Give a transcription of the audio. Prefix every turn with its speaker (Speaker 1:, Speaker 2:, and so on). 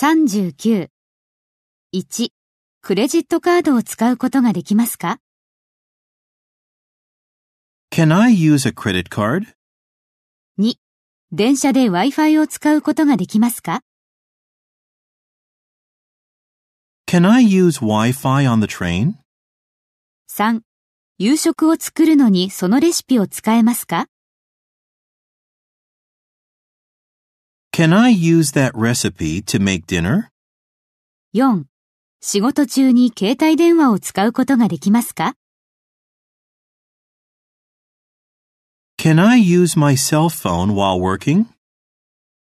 Speaker 1: 39.1. クレジットカードを使うことができますか
Speaker 2: Can I use a credit card?
Speaker 1: 2. 電車で Wi-Fi を使うことができますか
Speaker 2: Can I use Wi-Fi on the train?
Speaker 1: 3. 夕食を作るのにそのレシピを使えますか
Speaker 2: Can I use that recipe to make dinner?
Speaker 1: 4. 仕事中に携帯電話を使うことができますか
Speaker 2: Can I use my cell phone while working?